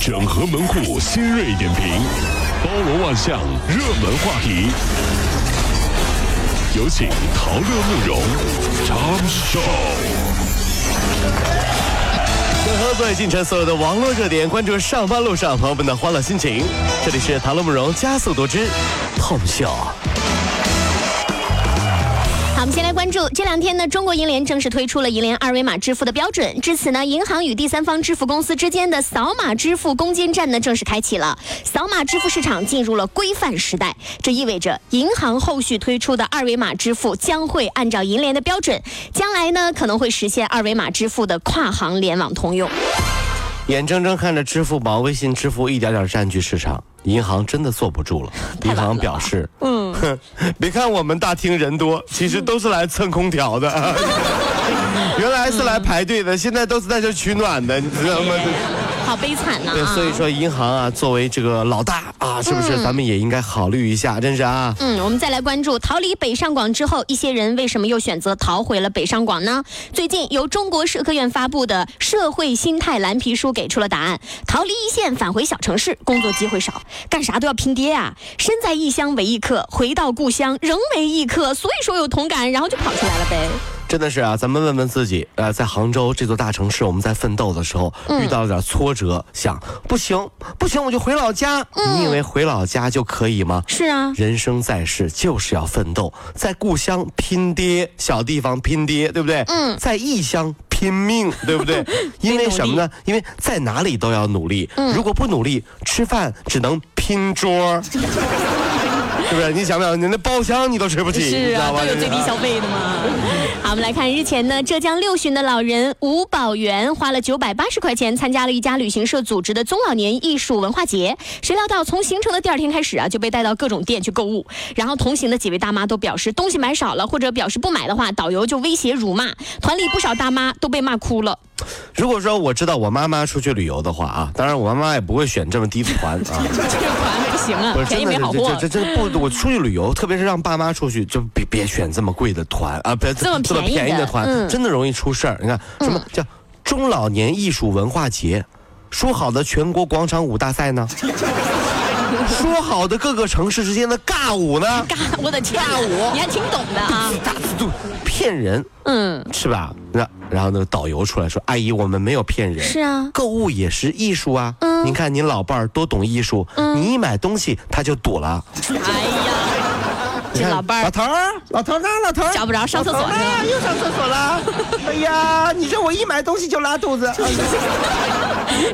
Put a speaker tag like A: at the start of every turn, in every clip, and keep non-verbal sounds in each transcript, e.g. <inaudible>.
A: 整合门户新锐点评，包罗万象，热门话题。有请陶乐慕容长寿。
B: 整合最近城所有的网络热点，关注上班路上朋友们的欢乐心情。这里是唐乐慕容加速度之痛秀。
C: 好，我们先来关注这两天呢，中国银联正式推出了银联二维码支付的标准。至此呢，银行与第三方支付公司之间的扫码支付攻坚战呢正式开启了。扫码支付市场进入了规范时代，这意味着银行后续推出的二维码支付将会按照银联的标准，将来呢可能会实现二维码支付的跨行联网通用。
B: 眼睁睁看着支付宝、微信支付一点点占据市场，银行真的坐不住了。
C: <laughs> 太
B: 银
C: 晚了
B: 行表示，嗯， <laughs> 别看我们大厅人
C: 嗯
B: 多，其实都是来蹭空调的。 <laughs> 原来是来排队的，现在都是在这取暖的，你知道吗？
C: 好悲惨呐、
B: 对，
C: 啊！
B: 所以说银行啊，作为这个老大啊，是不是咱们也应该考虑一下？真是啊，
C: 嗯，我们再来关注逃离北上广之后，一些人为什么又选择逃回了北上广呢？最近由中国社科院发布的《社会心态蓝皮书》给出了答案：逃离一线，返回小城市，工作机会少，干啥都要拼爹啊！身在异乡为异客，回到故乡仍为异客，所以说有同感，然后就跑出来了呗。
B: 真的是啊，咱们问问自己，呃，在杭州这座大城市，我们在奋斗的时候、
C: 嗯
B: 遇到了点挫折，想不行，不行，我就回老家。
C: 嗯
B: 你以为回老家就可以吗？
C: 是啊，
B: 人生在世就是要奋斗，在故乡拼爹，小地方拼爹，对不对？嗯，在异乡拼命，对不
C: <laughs>
B: 对？因为什么呢？因为在哪里都要努力，
C: 嗯
B: 如果不努力，吃饭只能拼桌
C: <laughs>
B: 儿，是不是？你想不想？你那包厢你都吃不起，你
C: 是
B: 知
C: 啊
B: 道，吧
C: 都有最低
B: 这是啊
C: 消费
B: <laughs>
C: 的嘛。好，我们来看日前呢，浙江六旬的老人吴宝元花了九百八十块钱参加了一家旅行社组织的中老年艺术文化节，谁料到从行程的第二天开始啊，就被带到各种店去购物，然后同行的几位大妈都表示东西买少了，或者表示不买的话，导游就威胁辱骂，团里不少大妈都被骂
B: <laughs>
C: 哭了。
B: 如果说我知道我妈妈出去旅游的话啊，当然我妈妈也不会选这么低的团
C: <laughs>
B: 啊，
C: 这个团不行啊
B: 不是，真
C: 便宜
B: 的
C: 没
B: 是
C: 好货 <laughs>
B: 这这。这这不，我出去旅游，特别是让爸妈出去，就别别选这么贵的团啊，别
C: 这么
B: 这么
C: 便宜的
B: 便宜的团，
C: 嗯
B: 真的容易出事儿。你看什么叫中老年艺术文化节？说好的全国广场舞大赛
C: <laughs>
B: 呢？说好的各个城市之间的尬舞呢？
C: 嘎，我的天啊
B: 尬舞
C: 你还挺懂的啊。
B: 大都骗人
C: <laughs> 嗯，
B: 是吧？那然后那个导游出来说：“阿姨，我们没有骗人。”
C: 是啊。嗯
B: 购物也是艺术啊。您看您老伴儿多懂艺术，你一买东西他就堵了。
C: 哎呀，
B: 你
C: 这
B: 看
C: 老伴
B: 老
C: 儿
B: 头儿，啊老头儿呢？老头儿
C: <laughs> 找不着上厕所去了
B: 老头儿啊又上厕所
C: <laughs>
B: 了。哎呀，你这我一买东西就拉肚子。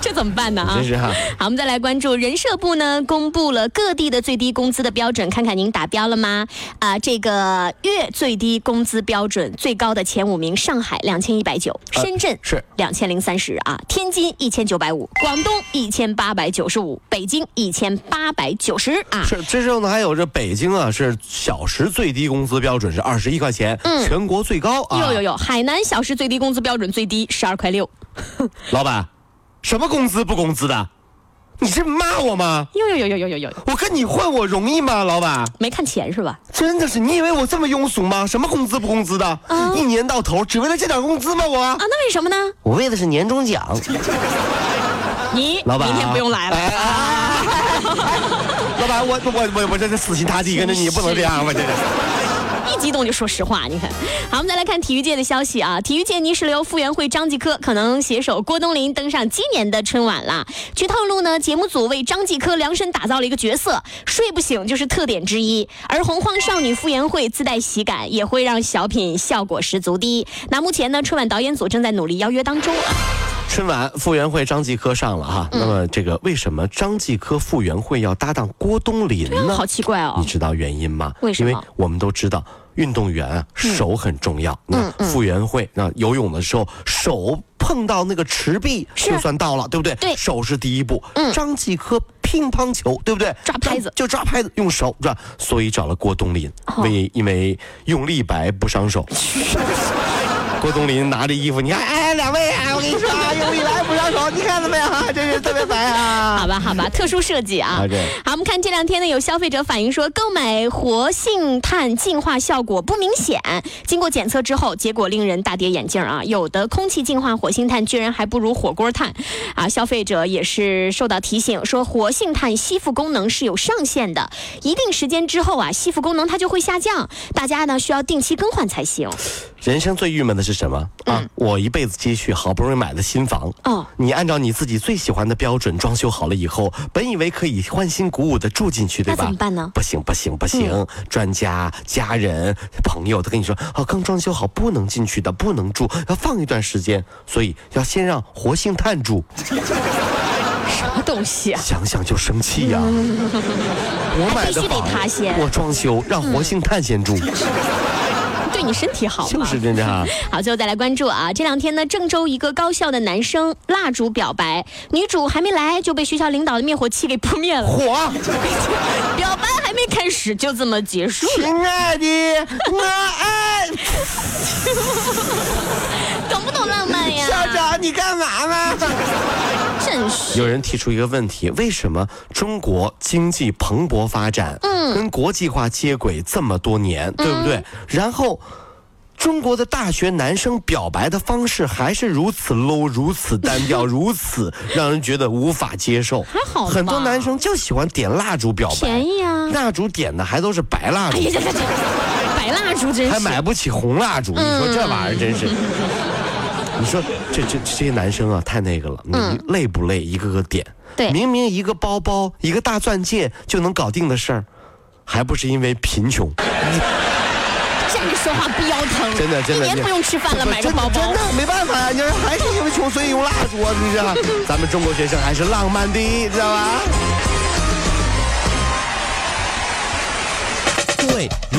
C: 这怎么办呢啊？
B: 真是哈、
C: 好，我们再来关注人社部呢，公布了各地的最低工资的标准，看看您达标了吗？啊、这个月最低工资标准最高的前五名：上海两千一百九，
B: 呃
C: 深圳
B: 是
C: 两千零三十啊，天津一千九百五，广东一千八百九十五，北京一千八百九十啊。
B: 是，这时候呢，还有这北京啊，是小时最低工资标准是二十一块钱，全国最高啊。
C: 嗯有有有，海南小时最低工资标准最低十二块六，
B: 老板，什么工资不工资的？你这骂我吗？
C: 有有有有有有有，
B: 我跟你混我容易吗，老板？
C: 没看钱是吧？
B: 真的是，你以为我这么庸俗吗？什么工资不工资的？一年到头只为了这点工资吗？我
C: 啊，那为什么呢？
B: 我为的是年终奖。
C: 你
B: 老板啊、
C: 明天不用来了。
B: 哎哎哎哎哎 <laughs> 老板，我我我我这是死心塌地跟着你，不能这样，我这这。
C: 一激动就说实话，你看。好，我们再来看体育界的消息啊，体育界泥石流傅园慧、张继科可能携手郭冬临登上今年的春晚啦。据透露呢，节目组为张继科量身打造了一个角色，睡不醒就是特点之一。而洪荒少女傅园慧自带喜感，也会让小品效果十足的。那目前呢，春晚导演组正在努力邀约当中啊。
B: 春晚傅园慧、张继科上了哈，那么这个为什么张继科、傅园慧要搭档郭冬临呢？
C: 好奇怪哦
B: 你，知道原因吗？
C: 为什么
B: 因为我们都知道，运动员啊，手很重要。那、
C: 嗯
B: 傅园慧那游泳的时候，手碰到那个池壁
C: 是
B: 就算到了，对不对？
C: 对嗯
B: 手是第一步。张继科乒乓球，对不对？
C: 抓拍子哦
B: 就抓拍子，用手抓，所以找了郭冬临，
C: <laughs>
B: 为因为用力白不伤手。郭冬临拿着衣服，你看，哎，两位啊！我跟你说啊，用力来不让手，你看怎么样啊？真是特别烦啊！
C: 好吧，好吧，特殊设计 <laughs> 啊。
B: 啊对
C: <laughs> 好，我们看这两天呢，有消费者反映说，购买活性炭净化效果不明显，经过检测之后，结果令人大跌眼镜啊！有的空气净化活性炭居然还不如火锅炭啊！消费者也是受到提醒，说活性炭吸附功能是有上限的，一定时间之后啊，吸附功能它就会下降，大家呢需要定期更换才行。
B: 人生最郁闷的是什么啊？我一辈子积蓄，好不容易买的新房，
C: 嗯哦
B: 你按照你自己最喜欢的标准装修好了以后，本以为可以欢欣鼓舞的住进去，对吧？
C: 那怎么办呢嗯
B: 不行不行不行！专家、家人、朋友都跟你说，啊，刚装修好不能进去的，不能住，要放一段时间，所以要先让活性炭住。
C: 什么东西啊？
B: 想想就生气呀、 <laughs> 我买的
C: 必须得
B: 房
C: 嗯他先，
B: 我装修让活性炭先住，
C: 对你身体好吗？
B: 就是真的啊。
C: 好，最后再来关注啊，这两天呢，郑州一个高校的男生蜡烛表白，女主还没来就被学校领导的灭火器给扑灭了，
B: 火，哦
C: 表白还没开始就这么结束了，
B: 亲爱的，我爱
C: 懂不懂浪漫呀？
B: 校长，你干嘛呢？
C: <laughs> 真
B: <laughs>
C: 是
B: 有人提出一个问题：为什么中国经济蓬勃发展，嗯，跟国际化接轨这么多年，对不对？然后。中国的大学男生表白的方式还是如此 low，如此单 <laughs> 调，如此让人觉得无法接受。还
C: 好吧
B: 很多男生就喜欢点蜡烛表白，
C: 便宜啊！
B: 蜡烛点的还都是白蜡
C: 哎
B: 烛，
C: 呀，这这这白蜡烛真是嗯
B: 还买不起红蜡烛。你说这玩意儿真
C: <laughs>
B: 是，你说这这这些男生啊，太那个了。你累不累？一个个点。
C: 嗯对
B: 明明一个包包、一个大钻戒就能搞定的事儿，还不是因为贫穷？
C: 站着说话不腰疼，
B: 真的真的，
C: 一年不用吃饭了，
B: 不
C: 买个
B: 真的
C: 包包
B: 真。的没办法呀。你说还是因为穷，所以用蜡烛啊，你知
C: <laughs>
B: 道？咱们中国学生还是浪漫的，知道吧？
D: 各位，如